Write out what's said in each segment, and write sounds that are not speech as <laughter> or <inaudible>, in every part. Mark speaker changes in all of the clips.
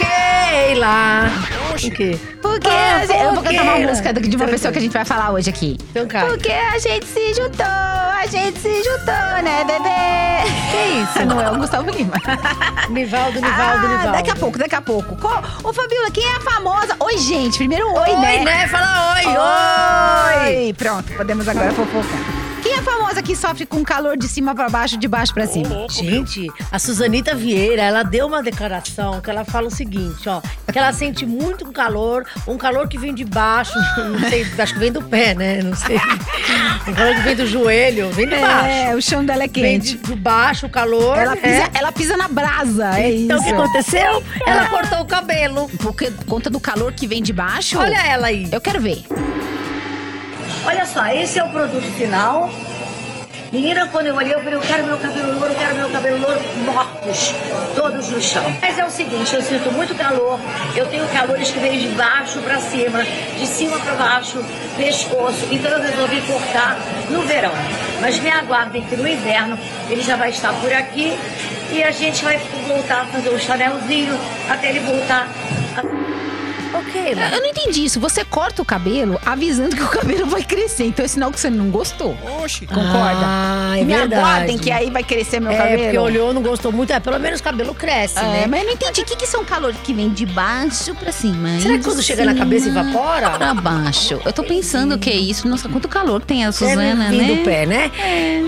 Speaker 1: Foqueila! O quê?
Speaker 2: Porque
Speaker 1: Ah,
Speaker 2: a gente- eu vou cantar uma
Speaker 1: fogueira.
Speaker 2: música de uma pessoa que a gente vai falar hoje aqui.
Speaker 1: Então cai.
Speaker 2: Porque a gente se juntou, a gente se juntou, né, bebê?
Speaker 1: Que isso? <laughs>
Speaker 2: Não é o Gustavo <laughs> Lima.
Speaker 1: Nivaldo, Nivaldo,
Speaker 2: ah,
Speaker 1: Nivaldo.
Speaker 2: Daqui a pouco, daqui a pouco. Co- Ô, Fabiola, quem é a famosa? Oi, gente. Primeiro, oi,
Speaker 1: Oi,
Speaker 2: né?
Speaker 1: né? Fala oi, oi!
Speaker 2: Oi! Pronto, podemos agora fofocar. Quem é a famosa que sofre com calor de cima pra baixo, de baixo pra cima?
Speaker 1: Gente, a Suzanita Vieira, ela deu uma declaração que ela fala o seguinte, ó. Que ela sente muito um calor, um calor que vem de baixo, <laughs> não sei, acho que vem do pé, né? Não sei. Um calor que vem do joelho, vem de baixo.
Speaker 2: É, o chão dela é
Speaker 1: Vem
Speaker 2: quente.
Speaker 1: de, do baixo, o calor.
Speaker 2: Ela
Speaker 1: né?
Speaker 2: pisa, ela pisa na brasa, é isso.
Speaker 1: Então o que aconteceu? Ela cortou o cabelo.
Speaker 2: Porque conta do calor que vem de baixo?
Speaker 1: Olha ela aí.
Speaker 2: Eu quero ver.
Speaker 3: Olha só, esse é o produto final. Menina, quando eu olhei, eu falei, eu quero meu cabelo louro, eu quero meu cabelo louro, mortos, todos no chão. Mas é o seguinte, eu sinto muito calor, eu tenho calores que vêm de baixo pra cima, de cima pra baixo, pescoço, então eu resolvi cortar no verão. Mas me aguardem que no inverno ele já vai estar por aqui e a gente vai voltar a fazer um chanelzinho até ele voltar a né?
Speaker 1: Ok,
Speaker 2: Eu não entendi isso. Você corta o cabelo avisando que o cabelo vai crescer. Então é sinal que você não gostou.
Speaker 4: Oxi.
Speaker 2: Concorda?
Speaker 1: Ah, é
Speaker 2: Me
Speaker 1: verdade.
Speaker 2: aguardem que aí vai crescer meu
Speaker 1: É,
Speaker 2: cabelo.
Speaker 1: porque olhou, não gostou muito. É, pelo menos o cabelo cresce, né?
Speaker 2: É, mas eu não entendi. O que, que são calor que vem de baixo pra cima?
Speaker 1: Será que
Speaker 2: e de
Speaker 1: quando chega na cabeça
Speaker 2: cima
Speaker 1: evapora?
Speaker 2: Pra baixo. Eu tô pensando que é isso. Nossa, quanto calor tem a
Speaker 1: Deve
Speaker 2: Suzana,
Speaker 1: vir
Speaker 2: né? Tá
Speaker 1: do pé, né? É.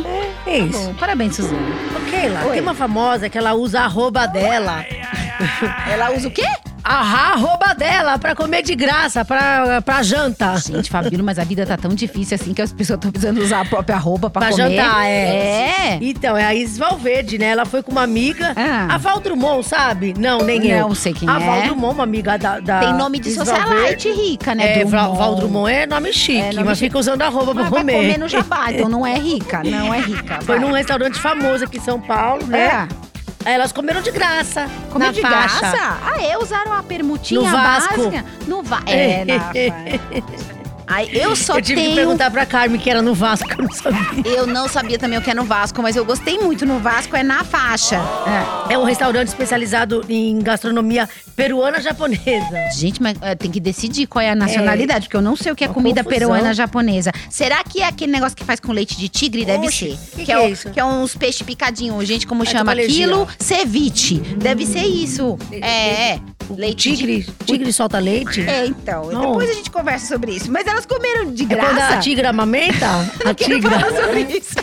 Speaker 1: É isso.
Speaker 2: Bom, parabéns, Suzana.
Speaker 1: Ok, lá.
Speaker 2: Oi.
Speaker 1: Tem uma famosa que ela usa a arroba dela.
Speaker 2: Ela usa o quê?
Speaker 1: A arroba dela pra comer de graça, pra, pra janta.
Speaker 2: Gente, Fabino, mas a vida tá tão difícil assim que as pessoas estão precisando usar a própria roupa pra,
Speaker 1: Pra
Speaker 2: comer.
Speaker 1: jantar, é.
Speaker 2: É.
Speaker 1: Então, é a Isis Valverde, né? Ela foi com uma amiga.
Speaker 2: Ah.
Speaker 1: A Val Drummond, sabe? Não, nem eu.
Speaker 2: Não sei quem
Speaker 1: a Val
Speaker 2: é.
Speaker 1: Drummond, uma amiga da. da
Speaker 2: Tem nome de
Speaker 1: Isis
Speaker 2: socialite
Speaker 1: Valverde.
Speaker 2: rica, né?
Speaker 1: Ah, É, Val
Speaker 2: Drummond.
Speaker 1: Val Drummond é nome chique,
Speaker 2: É, nome
Speaker 1: mas
Speaker 2: chique.
Speaker 1: fica usando a roupa pra
Speaker 2: Mas vai
Speaker 1: comer.
Speaker 2: comer no jabá, então não é rica, não é rica.
Speaker 1: Foi
Speaker 2: vai.
Speaker 1: num restaurante famoso aqui em São Paulo, né?
Speaker 2: É.
Speaker 1: Aí elas comeram de graça.
Speaker 2: Comer
Speaker 1: na
Speaker 2: de
Speaker 1: faixa.
Speaker 2: graça? Ah, é? Usaram a permutinha
Speaker 1: No Vasco.
Speaker 2: básica? No va É,
Speaker 1: <laughs>
Speaker 2: na Ai, eu só
Speaker 1: eu tive que
Speaker 2: tenho...
Speaker 1: perguntar pra Carmen que era no Vasco, eu não sabia.
Speaker 2: Eu não sabia também o que é no Vasco, mas eu gostei muito no Vasco, é na faixa.
Speaker 1: É um restaurante especializado em gastronomia peruana japonesa.
Speaker 2: Gente, mas é, tem que decidir qual é a nacionalidade, porque eu não sei o que é
Speaker 1: Uma
Speaker 2: comida
Speaker 1: confusão.
Speaker 2: peruana japonesa. Será que é aquele negócio que faz com leite de tigre? Deve
Speaker 1: Oxe,
Speaker 2: ser.
Speaker 1: que que
Speaker 2: é
Speaker 1: é
Speaker 2: o-
Speaker 1: isso?
Speaker 2: que é uns peixes picadinhos, gente, como
Speaker 1: Ai, tô com
Speaker 2: chama
Speaker 1: alergia.
Speaker 2: aquilo? Ceviche. Deve ser isso. É, é. Leite de-
Speaker 1: Tigre, tigre solta leite?
Speaker 2: É, então.
Speaker 1: Não.
Speaker 2: Depois a gente conversa sobre isso. Mas elas comeram de
Speaker 1: É quando
Speaker 2: graça.
Speaker 1: a tigra
Speaker 2: <laughs>
Speaker 1: amamenta? A
Speaker 2: Eu não quero
Speaker 1: tigra. É
Speaker 2: falar sobre isso.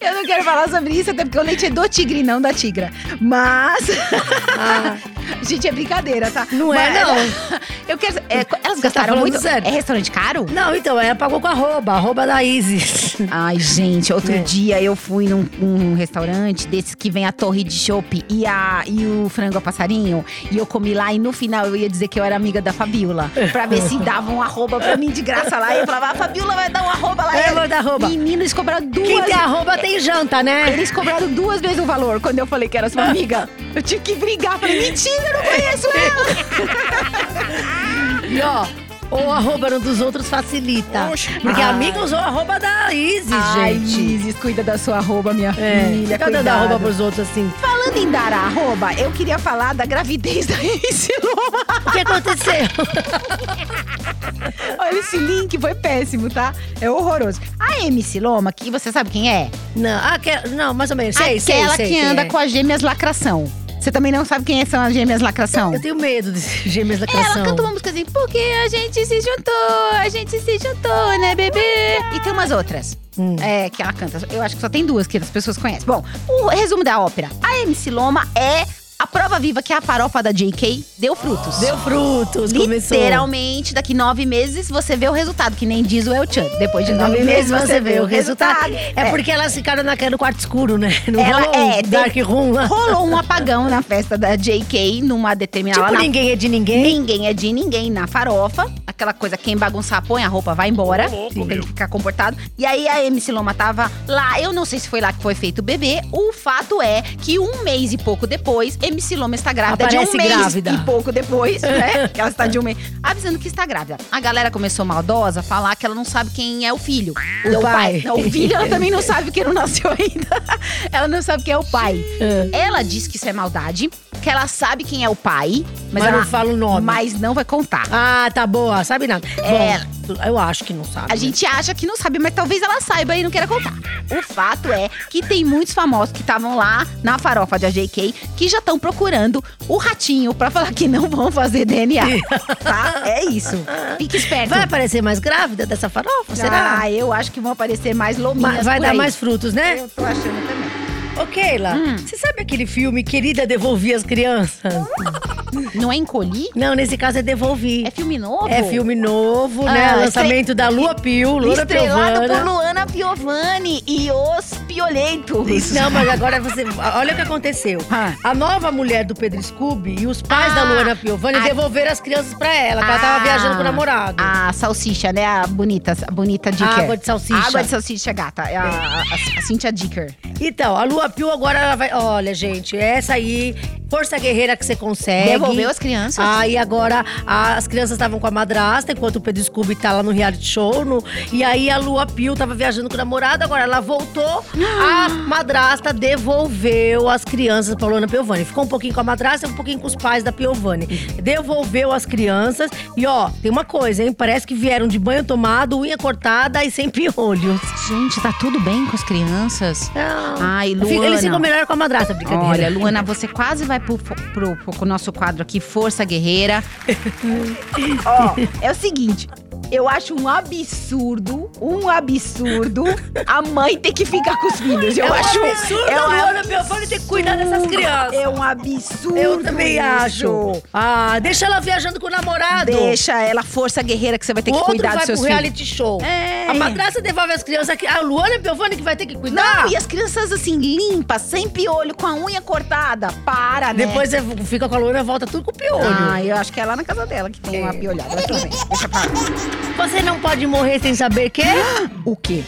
Speaker 2: Eu não quero falar sobre isso, até porque o leite é do tigre, não da tigra. Mas. <laughs>
Speaker 1: Ah.
Speaker 2: Gente, é brincadeira, tá?
Speaker 1: Não é,
Speaker 2: Mas-
Speaker 1: não.
Speaker 2: <laughs> Eu quero. é, elas
Speaker 1: Você tá
Speaker 2: gastaram
Speaker 1: falando
Speaker 2: muito.
Speaker 1: sério.
Speaker 2: É restaurante caro?
Speaker 1: Não, então, ela pagou com a arroba, a arroba da Isis.
Speaker 2: Ai, gente, outro
Speaker 1: É.
Speaker 2: dia eu fui num, num restaurante desses que vem a torre de chopp e, a, e o frango a passarinho. E eu comi lá e no final eu ia dizer que eu era amiga da Fabiola. Pra ver <laughs> se dava um arroba pra mim de graça lá. E eu falava, a Fabiola vai dar um arroba lá.
Speaker 1: É,
Speaker 2: Ela-
Speaker 1: vai dar arroba.
Speaker 2: Menino, eles cobraram duas.
Speaker 1: Quem tem arroba tem janta, né?
Speaker 2: Eles cobraram duas vezes o valor quando eu falei que era <laughs> sua amiga. Eu tive que brigar. Falei, mentira, eu não conheço ela.
Speaker 1: E ó, ou a arroba no dos outros facilita.
Speaker 4: Oxe.
Speaker 1: Porque a
Speaker 2: Ai.
Speaker 1: amiga usou a arroba da Isis,
Speaker 2: Ah. Ai,
Speaker 1: gente.
Speaker 2: Isis, cuida da sua arroba, minha
Speaker 1: É,
Speaker 2: filha.
Speaker 1: fica dando
Speaker 2: cuidado.
Speaker 1: arroba pros outros assim.
Speaker 2: Falando em dar a arroba, eu queria falar da gravidez da <laughs> Ace Loma.
Speaker 1: O que aconteceu?
Speaker 2: Olha, esse link foi péssimo, tá? É horroroso. A MC Loma, que você sabe quem é?
Speaker 1: <laughs> Não, aquela, não, mais ou menos. Sei, sei,
Speaker 2: Aquela
Speaker 1: sei,
Speaker 2: que
Speaker 1: sei,
Speaker 2: anda
Speaker 1: é.
Speaker 2: com as gêmeas lacração. Você também não sabe quem são as gêmeas lacração?
Speaker 1: Eu tenho medo de gêmeas da
Speaker 2: Ela
Speaker 1: criação.
Speaker 2: canta uma música assim, porque a gente se juntou, a gente se juntou, né, bebê? E tem umas outras.
Speaker 1: Hum.
Speaker 2: É, que ela canta. Eu acho que só tem duas que as pessoas conhecem. Bom, o resumo da ópera. A MC Loma é a prova viva que é a farofa da JK deu frutos.
Speaker 1: Deu frutos, começou.
Speaker 2: Literalmente, daqui nove meses você vê o resultado, que nem diz o El Chan. Depois de nove, meses você vê o resultado.
Speaker 1: É porque elas ficaram naquela no quarto escuro, né? Não
Speaker 2: Ela
Speaker 1: rolou um
Speaker 2: é, teve-
Speaker 1: dark room lá.
Speaker 2: Rolou um apagão na festa da
Speaker 1: <laughs>
Speaker 2: JK, numa determinada.
Speaker 1: Tipo,
Speaker 2: na
Speaker 1: ninguém é de ninguém.
Speaker 2: Ninguém é de ninguém na farofa. Aquela coisa, quem bagunçar põe a roupa, vai embora.
Speaker 4: louco,
Speaker 2: tem que ficar comportado. E aí a MC Loma tava lá. Eu não sei se foi lá que foi feito o bebê. O fato é que um mês e pouco depois, MC Loma está grávida de
Speaker 1: Aparece
Speaker 2: um mês
Speaker 1: grávida.
Speaker 2: e
Speaker 1: <laughs>
Speaker 2: pouco depois, né? Que ela está de um mês. Avisando que está grávida. A galera começou maldosa a falar que ela não sabe quem é o filho.
Speaker 1: O
Speaker 2: Não,
Speaker 1: pai.
Speaker 2: Não, o filho ela também não <laughs> sabe porque não nasceu ainda. Ela não sabe quem é o pai.
Speaker 1: É.
Speaker 2: Ela diz que isso é maldade, que ela sabe quem é o pai,
Speaker 1: Mas
Speaker 2: mas, ela
Speaker 1: não fala o nome.
Speaker 2: Mas não vai contar.
Speaker 1: Ah, tá boa, sabe nada.
Speaker 2: É.
Speaker 1: Bom, eu acho que não sabe.
Speaker 2: A gente acha que não sabe, mas talvez ela saiba e não queira contar. O fato é que tem muitos famosos que estavam lá na farofa de AJK que já estão procurando o ratinho pra falar que não vão fazer DNA. tá? É isso. Fique esperto.
Speaker 1: Vai aparecer mais grávida dessa farofa? Será?
Speaker 2: Ah, eu acho que vão aparecer mais
Speaker 1: Ma-
Speaker 2: lominhas
Speaker 1: vai
Speaker 2: por
Speaker 1: dar
Speaker 2: aí.
Speaker 1: mais frutos, né?
Speaker 2: Eu tô achando também.
Speaker 1: Ô, Keila,
Speaker 2: Hum.
Speaker 1: você sabe aquele filme Querida Devolvi as Crianças?
Speaker 2: Não é encolhi?
Speaker 1: Não, nesse caso é Devolvi.
Speaker 2: É filme novo?
Speaker 1: É filme novo, né?
Speaker 2: Ah,
Speaker 1: Lançamento da Lua Pio, Lua
Speaker 2: Estrelado por
Speaker 1: Piovana.
Speaker 2: Luana Piovani e os Piolentos.
Speaker 1: Não, mas agora você. Olha o que aconteceu.
Speaker 2: Ah.
Speaker 1: A nova mulher do Pedro Scooby e os pais
Speaker 2: Ah,
Speaker 1: da Luana Piovani
Speaker 2: a-
Speaker 1: devolveram as crianças pra ela, que ela tava
Speaker 2: Ah,
Speaker 1: viajando com o namorado.
Speaker 2: A salsicha, né? A bonita, a bonita Dicker.
Speaker 1: Água de salsicha.
Speaker 2: Água de salsicha, gata. É A, a, a Cynthia Dicker.
Speaker 1: Então, a Lua Pio agora ela vai. Olha, gente, essa aí, força guerreira que você consegue.
Speaker 2: Devolveu as crianças?
Speaker 1: Aí agora a- as crianças estavam com a madrasta, enquanto o Pedro Scooby tá lá no reality show. no- e aí a Lua Pio tava viajando com o namorado, agora ela voltou, a madrasta devolveu as crianças pra Luana Piovani. Ficou um pouquinho com a madrasta, um pouquinho com os pais da Piovani. Devolveu as crianças. E ó, tem uma coisa, hein? Parece que vieram de banho tomado, unha cortada e sem piolhos.
Speaker 2: Gente, tá tudo bem com as crianças? Ai,
Speaker 1: Fica-
Speaker 2: Ah, Luana.
Speaker 1: Eles ficam melhor com a madrasta, brincadeira.
Speaker 2: Olha, Luana, você quase vai pro, pro, pro- pro nosso quadro aqui, Força Guerreira.
Speaker 1: <laughs>
Speaker 2: Ó, é o seguinte. Eu acho um absurdo, um absurdo, a mãe ter que ficar com os filhos. Eu
Speaker 1: é um
Speaker 2: acho
Speaker 1: absurdo
Speaker 2: é um
Speaker 1: a Luana Piovani ter que cuidar dessas crianças.
Speaker 2: É um absurdo.
Speaker 1: Eu também
Speaker 2: isso.
Speaker 1: acho. Ah, deixa ela viajando com o namorado.
Speaker 2: Deixa ela, força guerreira, que você vai ter
Speaker 1: o
Speaker 2: que
Speaker 1: outro
Speaker 2: cuidar
Speaker 1: vai
Speaker 2: dos seus
Speaker 1: pro
Speaker 2: filhos.
Speaker 1: reality show.
Speaker 2: É.
Speaker 1: A madraça devolve as crianças aqui. A Luana Piovani que vai ter que cuidar.
Speaker 2: Não, e as crianças assim, limpas, sem piolho, com a unha cortada. Para, né?
Speaker 1: Depois você fica com a Luana e volta tudo com o piolho.
Speaker 2: Ah, eu acho que é lá na casa dela que tem uma piolhada também. Deixa pra lá.
Speaker 1: Você não pode morrer sem saber
Speaker 2: <gasps>
Speaker 1: que...
Speaker 2: O quê?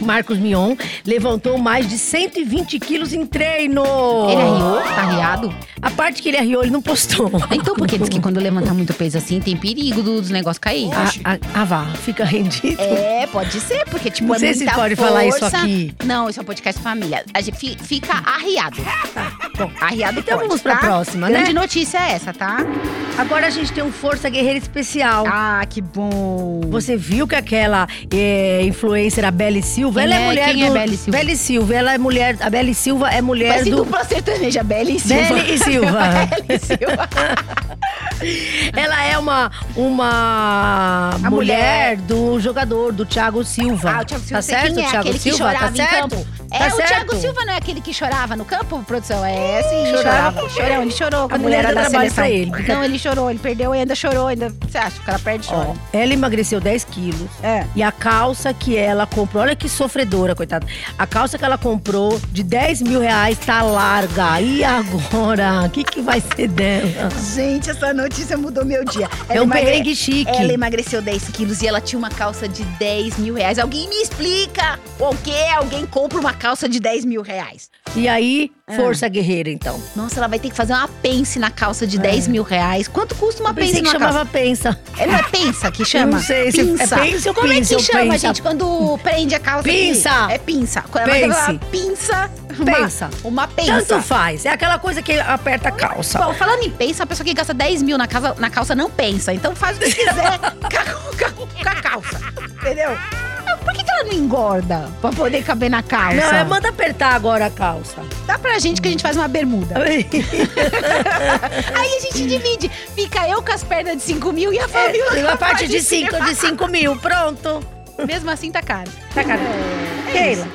Speaker 1: Marcos Mion levantou mais de 120 quilos em treino.
Speaker 2: Ele arriou? Tá arriado?
Speaker 1: A parte que ele arriou, ele não postou.
Speaker 2: Então, porque diz que quando levantar muito peso assim, tem perigo do- dos negócios cair.
Speaker 1: <laughs> A, a, a vá, fica rendido.
Speaker 2: É, pode ser, porque tipo,
Speaker 1: Não
Speaker 2: é
Speaker 1: sei se
Speaker 2: muita
Speaker 1: pode
Speaker 2: força.
Speaker 1: falar isso aqui.
Speaker 2: Não, isso é um podcast família. A gente fi- fica arriado.
Speaker 1: Ah, bom.
Speaker 2: arriado
Speaker 1: Então
Speaker 2: pode,
Speaker 1: vamos pra
Speaker 2: tá?
Speaker 1: próxima, né?
Speaker 2: Grande notícia é essa, tá?
Speaker 1: Agora a gente tem um Força Guerreira Especial.
Speaker 2: Ah, que bom.
Speaker 1: Você viu que aquela é, influencer, a Belle Silva,
Speaker 2: Quem
Speaker 1: ela é,
Speaker 2: é-
Speaker 1: mulher
Speaker 2: quem
Speaker 1: do.
Speaker 2: é Belle Silva?
Speaker 1: Belle Silva, ela é mulher. A Belle Silva é mulher
Speaker 2: Parece
Speaker 1: do.
Speaker 2: dupla sertaneja, Belle e Silva.
Speaker 1: Belle e Silva. <laughs>
Speaker 2: <laughs> Belle e Silva.
Speaker 1: ela é uma, uma mulher,
Speaker 2: A mulher.
Speaker 1: do jogador, do Thiago Silva.
Speaker 2: Ah, o Thiago Silva,
Speaker 1: tá
Speaker 2: sei
Speaker 1: certo?
Speaker 2: quem é,
Speaker 1: Thiago
Speaker 2: aquele
Speaker 1: Silva,
Speaker 2: que chorava
Speaker 1: tá
Speaker 2: em
Speaker 1: certo?
Speaker 2: campo.
Speaker 1: Tá
Speaker 2: é, o
Speaker 1: certo?
Speaker 2: Thiago Silva não é aquele que chorava no campo, produção? É, sim,
Speaker 1: chorava
Speaker 2: chorava.
Speaker 1: por quê?
Speaker 2: Chorão, ele chorou. com
Speaker 1: A mulher deu
Speaker 2: da
Speaker 1: trabalho
Speaker 2: seleção.
Speaker 1: pra ele.
Speaker 2: Não, ele chorou, ele perdeu e ainda chorou. Ainda, você acha? O cara perde e chora.
Speaker 1: Ó, ela emagreceu 10 quilos.
Speaker 2: É.
Speaker 1: E a calça que ela comprou, olha que sofredora, coitada. A calça que ela comprou de 10 mil reais tá larga. E agora? O que, que vai ser dela?
Speaker 2: Gente, essa notícia mudou meu dia.
Speaker 1: É um perrengue chique.
Speaker 2: Ela emagreceu 10 quilos e ela tinha uma calça de 10 mil reais. Alguém me explica por que alguém compra uma calça de 10 mil reais?
Speaker 1: E aí,
Speaker 2: Ah.
Speaker 1: força guerreira, então.
Speaker 2: Nossa, ela vai ter que fazer uma pence na calça de 10 mil reais. Quanto custa uma
Speaker 1: É. Eu pensei
Speaker 2: pence
Speaker 1: que
Speaker 2: numa calça?
Speaker 1: chamava pensa.
Speaker 2: É, não é
Speaker 1: <laughs>
Speaker 2: pensa que chama?
Speaker 1: não sei se é
Speaker 2: pinça.
Speaker 1: pensa ou
Speaker 2: Como
Speaker 1: pinça
Speaker 2: é
Speaker 1: ou
Speaker 2: que chama,
Speaker 1: pensa?
Speaker 2: gente, quando prende a calça? aqui?
Speaker 1: Pinça.
Speaker 2: É pinça. Quando ela
Speaker 1: Pense.
Speaker 2: vai falar pinça. uma-
Speaker 1: Pensa.
Speaker 2: Uma
Speaker 1: Tanto
Speaker 2: pensa.
Speaker 1: faz. É aquela coisa que aperta a calça.
Speaker 2: Bom, falando em pensa, a pessoa que gasta 10 mil na, casa, na calça não pensa. Então faz o que
Speaker 1: <laughs>
Speaker 2: quiser com a- com a calça. Entendeu? Ah, Por que, que ela não engorda pra poder caber na calça?
Speaker 1: Não, é, manda apertar agora a
Speaker 2: <laughs>
Speaker 1: calça.
Speaker 2: Dá pra gente que a gente faz uma bermuda. Aí a gente divide. Fica eu com as pernas de 5 mil e a família. com
Speaker 1: a parte de
Speaker 2: cinco.
Speaker 1: 5 de cinco mil, pronto.
Speaker 2: Mesmo assim tá caro.
Speaker 1: Tá, cara.
Speaker 2: É
Speaker 1: Keila,
Speaker 2: isso.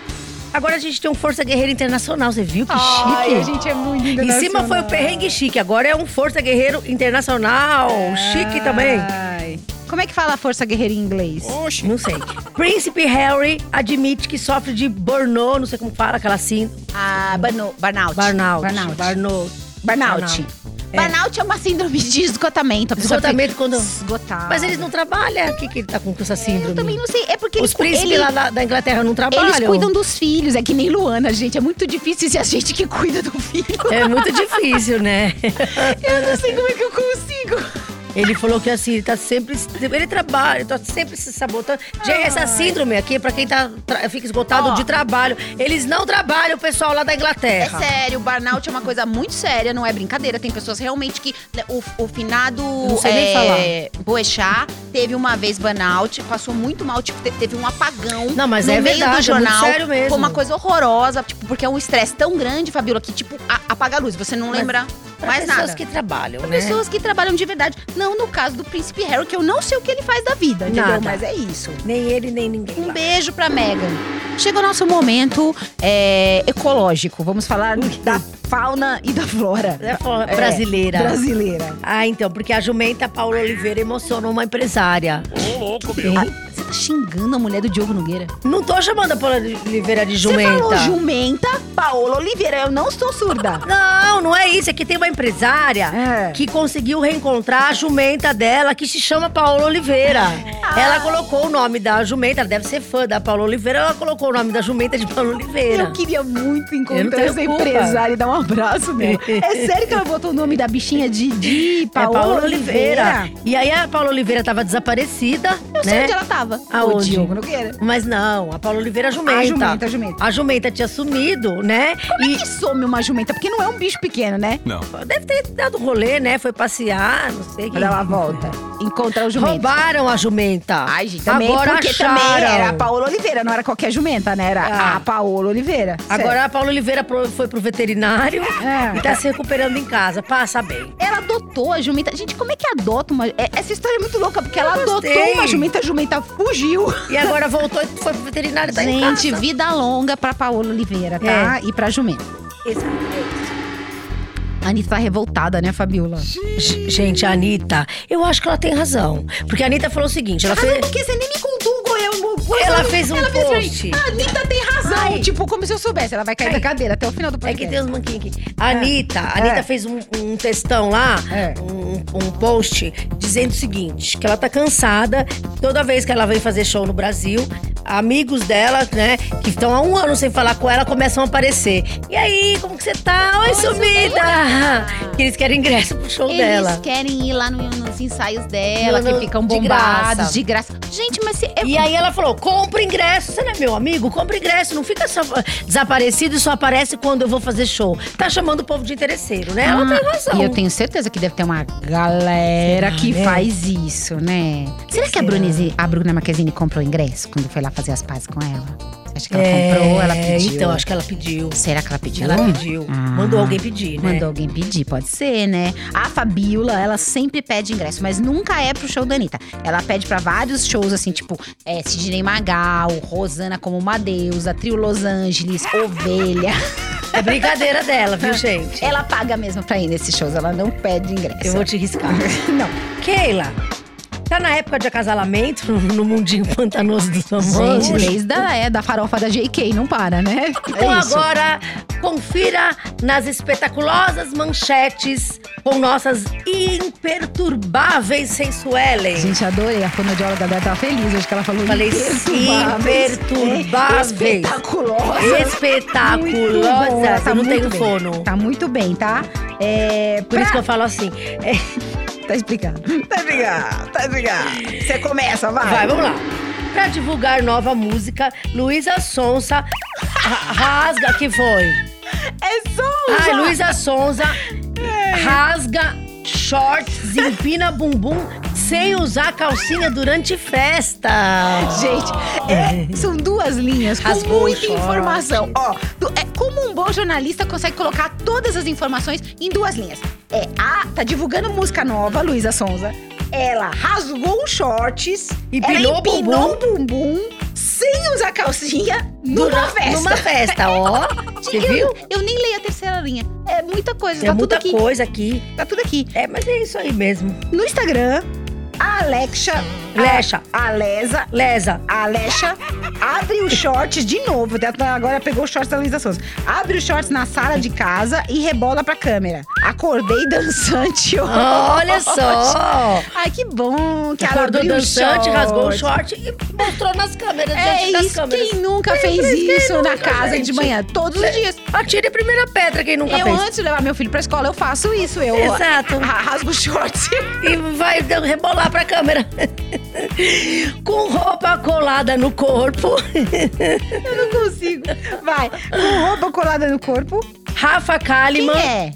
Speaker 1: agora a gente tem um Força Guerreira Internacional, você viu que
Speaker 2: Ai, a
Speaker 1: chique?
Speaker 2: gente é muito
Speaker 1: Em cima foi o perrengue chique, agora é um Força Guerreiro Internacional,
Speaker 2: É.
Speaker 1: chique também.
Speaker 2: Ai. Como é que fala força guerreira em inglês?
Speaker 1: Não sei. Príncipe Harry admite que sofre de burnout, não sei como fala, aquela assim,
Speaker 2: Ah, burno- burnout.
Speaker 1: burnout.
Speaker 2: Burnout.
Speaker 1: burnout.
Speaker 2: Burnout.
Speaker 1: É.
Speaker 2: Burnout é uma síndrome de esgotamento. A pessoa
Speaker 1: Esgotamento
Speaker 2: fica
Speaker 1: quando-
Speaker 2: Esgotada.
Speaker 1: Mas eles não trabalham, o que, que ele tá com essa síndrome?
Speaker 2: Eu também não sei. É porque
Speaker 1: Os
Speaker 2: eles, cu-
Speaker 1: príncipes
Speaker 2: ele-
Speaker 1: lá da, da Inglaterra não trabalham.
Speaker 2: eles cuidam dos filhos. É que nem Luana, gente. É muito difícil ser a gente que <laughs> cuida do filho. <laughs>
Speaker 1: É muito É difícil, né?
Speaker 2: Eu não sei como é que eu consigo.
Speaker 1: Ele falou que assim, ele tá sempre. Ele trabalha, tá sempre se sabotando. Gente, essa síndrome aqui é pra quem tá, tra- fica esgotado
Speaker 2: Ah. Ó.
Speaker 1: de trabalho. Eles não trabalham, o pessoal lá da
Speaker 2: É
Speaker 1: Inglaterra.
Speaker 2: sério, o burnout é uma coisa muito séria, não é brincadeira. Tem pessoas realmente que. né, O, o finado. Não
Speaker 1: sei nem
Speaker 2: Boechat teve uma vez burnout, passou muito mal, tipo, te- teve um apagão.
Speaker 1: Não, mas
Speaker 2: no
Speaker 1: é
Speaker 2: meio do
Speaker 1: verdade, é muito
Speaker 2: jornal.
Speaker 1: sério mesmo.
Speaker 2: Foi uma coisa horrorosa, tipo, porque é um estresse tão grande, Fabiola, que, tipo, a- apaga a luz. Você não lembra
Speaker 1: Pra
Speaker 2: mais
Speaker 1: pessoas
Speaker 2: nada.
Speaker 1: que trabalham, né?
Speaker 2: Pessoas que trabalham de verdade. Não no caso do príncipe Harry, que eu não sei o que ele faz da vida, entendeu?
Speaker 1: Nada.
Speaker 2: Mas é isso.
Speaker 1: Nem ele, nem ninguém.
Speaker 2: Um
Speaker 1: lá.
Speaker 2: beijo pra Megan. Chega o nosso momento é, ecológico. Vamos falar da fauna e da flora
Speaker 1: É, ó, brasileira.
Speaker 2: brasileira.
Speaker 1: Ah, então, porque a jumenta Paula Oliveira emocionou uma empresária.
Speaker 4: Ô, louco, meu.
Speaker 2: Ah, Você tá xingando a mulher do Diogo Nogueira?
Speaker 1: Não tô chamando a Paula Oliveira de
Speaker 2: Você falou
Speaker 1: jumenta.
Speaker 2: jumenta, Paola Oliveira. Eu não sou surda.
Speaker 1: Não, não é isso. É que tem uma empresária
Speaker 2: É.
Speaker 1: que conseguiu reencontrar a jumenta dela, que se chama Paola Oliveira.
Speaker 2: Ah.
Speaker 1: Ela colocou o nome da jumenta, ela deve ser fã da Paola Oliveira, ela colocou o nome da jumenta de Paola Oliveira.
Speaker 2: Eu queria muito
Speaker 1: Eu não
Speaker 2: encontrar
Speaker 1: tenho
Speaker 2: essa
Speaker 1: culpa.
Speaker 2: empresária e dar um abraço <laughs> nela. É sério que ela botou o nome da bichinha de, de
Speaker 1: É
Speaker 2: Paola,
Speaker 1: Paola
Speaker 2: Oliveira?
Speaker 1: Oliveira. E aí a Paola Oliveira tava desaparecida,
Speaker 2: Eu sei
Speaker 1: né?
Speaker 2: onde ela tava. O
Speaker 1: Aonde?
Speaker 2: Diogo Nogueira.
Speaker 1: Mas não, a Paola Oliveira é jumenta.
Speaker 2: A Ah, jumenta, a jumenta.
Speaker 1: A jumenta tinha sumido, né?
Speaker 2: Como é que some uma jumenta? Porque não é um bicho pequeno, né?
Speaker 4: Não.
Speaker 1: Deve ter dado rolê, né? Foi passear, não sei o que.
Speaker 2: Quando ela volta, encontra o jumento.
Speaker 1: Roubaram a jumenta.
Speaker 2: Ai, gente, também
Speaker 1: Agora
Speaker 2: porque
Speaker 1: acharam.
Speaker 2: também era a Paola Oliveira, não era qualquer jumenta, né? Era
Speaker 1: Ah.
Speaker 2: a Paola Oliveira.
Speaker 1: Agora a Paula Oliveira pro- foi pro veterinário
Speaker 2: É.
Speaker 1: e tá se recuperando em casa. Passa bem.
Speaker 2: Ela adotou a jumenta. Gente, como é que adota uma. é- Essa história é muito louca, porque ela
Speaker 1: gostei.
Speaker 2: adotou uma jumenta, a jumenta <laughs> fugiu.
Speaker 1: E agora voltou e foi pro veterinário, tá em
Speaker 2: Gente,
Speaker 1: casa.
Speaker 2: vida longa pra Paola Oliveira, tá? E pra jumenta. A Anitta tá revoltada, né, Fabiola?
Speaker 1: G- Gente, a Anitta, eu acho que ela tem razão. Porque a Anitta falou o seguinte, ela fez...
Speaker 2: Porque você nem me um condugo, eu.
Speaker 1: Ela fez um
Speaker 2: pra
Speaker 1: post.
Speaker 2: mim, A Anitta tem razão.
Speaker 1: Ai.
Speaker 2: Tipo, como se eu soubesse. Ela vai cair da cadeira até o final do
Speaker 1: É
Speaker 2: podcast.
Speaker 1: que tem uns manquinhos aqui. A Anitta, a Anitta
Speaker 2: É.
Speaker 1: fez um, um textão lá,
Speaker 2: É.
Speaker 1: um, um post, dizendo o seguinte: que ela tá cansada. Toda vez que ela vem fazer show no Brasil, amigos dela, né, que estão há um ano sem falar com ela, começam a aparecer. E aí, como que você tá? Oi, sumida! <laughs> Que eles querem ingresso pro show
Speaker 2: Eles
Speaker 1: dela.
Speaker 2: querem ir lá no- nos ensaios dela,
Speaker 1: No- no-
Speaker 2: que ficam
Speaker 1: de
Speaker 2: bombados,
Speaker 1: graça.
Speaker 2: de graça. Gente, mas se é
Speaker 1: E aí ela falou: compra ingresso, você não é meu amigo? Compra ingresso, não fica só desaparecido e só aparece quando eu vou fazer show. Tá chamando o povo de interesseiro, né? Ela tem razão.
Speaker 2: Ah, E eu tenho certeza que deve ter uma galera
Speaker 1: Será,
Speaker 2: que
Speaker 1: né?
Speaker 2: faz isso, né? Será que a,
Speaker 1: será?
Speaker 2: Brunese, a Bruna Marquezine comprou ingresso quando foi lá fazer as pazes com ela? Você acha que ela
Speaker 1: É,
Speaker 2: comprou? Ela pediu?
Speaker 1: Então, acho que ela pediu.
Speaker 2: Será que ela pediu?
Speaker 1: Ela pediu.
Speaker 2: Ah.
Speaker 1: Mandou alguém pedir, né?
Speaker 2: Mandou alguém pedir, pode ser, né? A Fabiola, ela sempre pede ingresso, mas nunca é pro show da Anitta. Ela pede pra vários shows, assim, tipo é, Sidney Magal, Rosana como uma deusa, Trio Los Angeles,
Speaker 1: <laughs>
Speaker 2: Ovelha.
Speaker 1: É brincadeira dela, viu, gente?
Speaker 2: Ela paga mesmo pra ir nesses shows, ela não pede ingresso.
Speaker 1: Eu vou te riscar.
Speaker 2: <laughs> Não.
Speaker 1: Keila, tá na época de acasalamento no mundinho pantanoso dos famosos?
Speaker 2: Gente, desde a, é, da farofa da JK, não para, né?
Speaker 1: Então
Speaker 2: É isso.
Speaker 1: agora, confira nas espetaculosas manchetes com nossas imperturbáveis sensuelen.
Speaker 2: Gente, adorei. A fonoaudióloga Bela tava feliz hoje que ela falou
Speaker 1: Falei
Speaker 2: imperturbáveis.
Speaker 1: imperturbáveis.
Speaker 2: Espetaculosa. Muito bom, ela
Speaker 1: Espetaculosa.
Speaker 2: tá
Speaker 1: eu não
Speaker 2: muito
Speaker 1: tenho
Speaker 2: bem.
Speaker 1: fono.
Speaker 2: Tá muito bem, tá? É,
Speaker 1: Por isso que eu falo assim. É,
Speaker 2: Tá explicado. Tá explicado, tá explicado. Você começa,
Speaker 1: Vai, vamos lá. Pra divulgar nova música, Luísa Sonza ra- rasga que foi.
Speaker 2: É só
Speaker 1: Ai, Luísa Sonza rasga shorts, empina bumbum sem usar calcinha durante festa.
Speaker 2: Gente, é, são duas linhas com
Speaker 1: Rasgou,
Speaker 2: muita
Speaker 1: chora.
Speaker 2: informação. Ó, tu- é como um bom jornalista consegue colocar todas as informações em duas linhas. É, a tá divulgando música nova, Luísa Sonza. Ela rasgou os shorts,
Speaker 1: Empinou
Speaker 2: ela
Speaker 1: o bumbum.
Speaker 2: empinou o bumbum sem usar calcinha numa
Speaker 1: Dura-
Speaker 2: festa. <laughs>
Speaker 1: Numa festa, ó. Você
Speaker 2: Gente, eu-
Speaker 1: viu?
Speaker 2: Eu, nem leio a terceira linha. É muita coisa,
Speaker 1: Tem
Speaker 2: tá
Speaker 1: muita
Speaker 2: tudo aqui.
Speaker 1: coisa aqui.
Speaker 2: Tá tudo aqui.
Speaker 1: É, mas é isso aí mesmo.
Speaker 2: No Instagram, a Alexa.
Speaker 1: Lexa.
Speaker 2: A Lesa.
Speaker 1: Lesa.
Speaker 2: A Alexa abre o shorts de novo. Agora pegou o shorts da Luísa Souza. Abre o shorts na sala de casa e rebola pra câmera. Acordei <laughs> dançante hoje. <laughs>
Speaker 1: Olha só!
Speaker 2: Ai, que bom que ela
Speaker 1: Acordou
Speaker 2: abriu o
Speaker 1: dançante,
Speaker 2: short.
Speaker 1: rasgou o short e mostrou nas câmeras,
Speaker 2: É
Speaker 1: diante das
Speaker 2: isso,
Speaker 1: câmeras.
Speaker 2: quem nunca fez
Speaker 1: quem
Speaker 2: isso na
Speaker 1: nunca,
Speaker 2: casa de
Speaker 1: gente?
Speaker 2: manhã? Todos os dias.
Speaker 1: Atire a primeira pedra quem nunca
Speaker 2: Eu,
Speaker 1: fez.
Speaker 2: antes de levar meu filho pra escola, eu faço isso. Eu
Speaker 1: Exato.
Speaker 2: ra- <laughs> rasgo o shorts.
Speaker 1: E vai dar- rebolar pra câmera. <laughs> Com roupa colada no corpo.
Speaker 2: <laughs> Eu não consigo. Vai, com roupa colada no corpo.
Speaker 1: Rafa
Speaker 2: Quem
Speaker 1: Kalimann.
Speaker 2: é?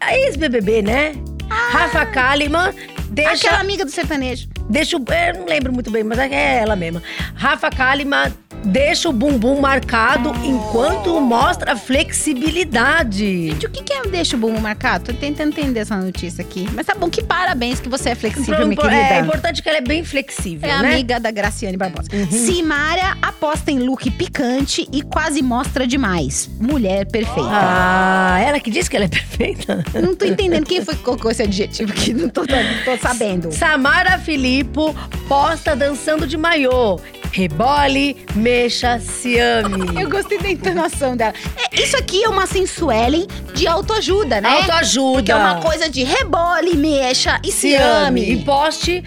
Speaker 1: A ex-BBB, né? Rafa Kalimann. Deixa,
Speaker 2: Ah. Aquela amiga do sertanejo.
Speaker 1: deixa o. Eu não lembro muito bem, mas é ela mesma. Rafa Kalimann deixa o bumbum marcado enquanto mostra flexibilidade.
Speaker 2: Gente, o que que é deixa o bumbum marcado? Tô tentando entender essa notícia aqui. Mas tá bom, que parabéns que você é flexível, minha querida.
Speaker 1: É importante que ela é bem flexível,
Speaker 2: É
Speaker 1: né? Uhum.
Speaker 2: amiga da Graciane Barbosa. Simária aposta em look picante e quase mostra demais. Mulher perfeita.
Speaker 1: Ah, ela que disse que ela é <laughs> perfeita.
Speaker 2: Não tô entendendo quem foi que colocou esse adjetivo aqui. Não tô, não tô sabendo.
Speaker 1: Samara Filippo posta dançando de maiô. Rebole, mexa, se ame.
Speaker 2: Eu gostei da entonação dela. É, isso aqui é uma sensuelen de autoajuda, né?
Speaker 1: Autoajuda.
Speaker 2: Que é uma coisa de rebole, mexa e se,
Speaker 1: se ame.
Speaker 2: ame.
Speaker 1: E poste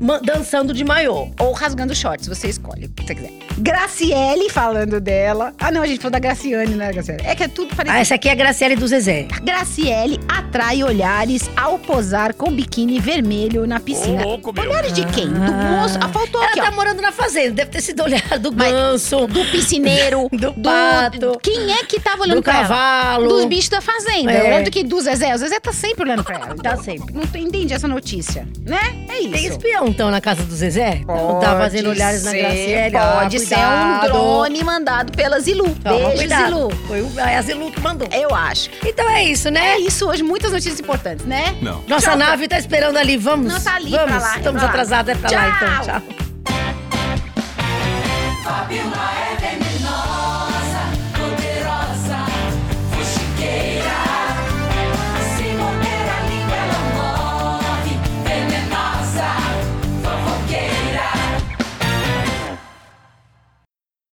Speaker 1: ma- dançando de maiô.
Speaker 2: ou rasgando shorts, você escolhe o que você quiser. Graciele falando dela. Ah, não, a gente falou da Graciane, né, Graciele? É que é tudo
Speaker 1: Ah,
Speaker 2: parecido.
Speaker 1: essa aqui é a Graciele do Zezé.
Speaker 2: Graciele atrai olhares ao posar com biquíni vermelho na piscina. olhares de quem? Do moço? Ah, faltou
Speaker 1: Ela
Speaker 2: aqui,
Speaker 1: tá
Speaker 2: ó.
Speaker 1: morando na fazenda, deve ter sido olhar do
Speaker 2: Mas-
Speaker 1: ganso,
Speaker 2: Do <laughs> piscineiro,
Speaker 1: Do pato.
Speaker 2: Quem é que tava olhando
Speaker 1: do
Speaker 2: pra ela?
Speaker 1: cavalo.
Speaker 2: Dos bichos da fazenda.
Speaker 1: É.
Speaker 2: Eu lembro que do Zezé. O Zezé tá sempre olhando pra ela.
Speaker 1: Tá sempre.
Speaker 2: Não tô- entendi essa notícia, né? É isso.
Speaker 1: Tem espião, então, na casa do Zezé? Não tá fazendo olhares na
Speaker 2: ser,
Speaker 1: Graciele.
Speaker 2: Pode
Speaker 1: Ah,
Speaker 2: ser um
Speaker 1: cuidado.
Speaker 2: drone mandado pela Zilu.
Speaker 1: Toma,
Speaker 2: Beijo,
Speaker 1: cuidado.
Speaker 2: Zilu.
Speaker 1: Foi o- é a Zilu que mandou.
Speaker 2: Eu acho.
Speaker 1: Então é isso, né?
Speaker 2: É isso hoje, muitas notícias importantes, né?
Speaker 4: Não.
Speaker 1: Nossa nave tá esperando ali, vamos?
Speaker 2: Não, tá ali,
Speaker 1: vamos.
Speaker 2: pra lá, é
Speaker 1: Estamos
Speaker 2: pra lá.
Speaker 1: atrasados, é pra lá
Speaker 2: Tchau.
Speaker 1: então, tchau.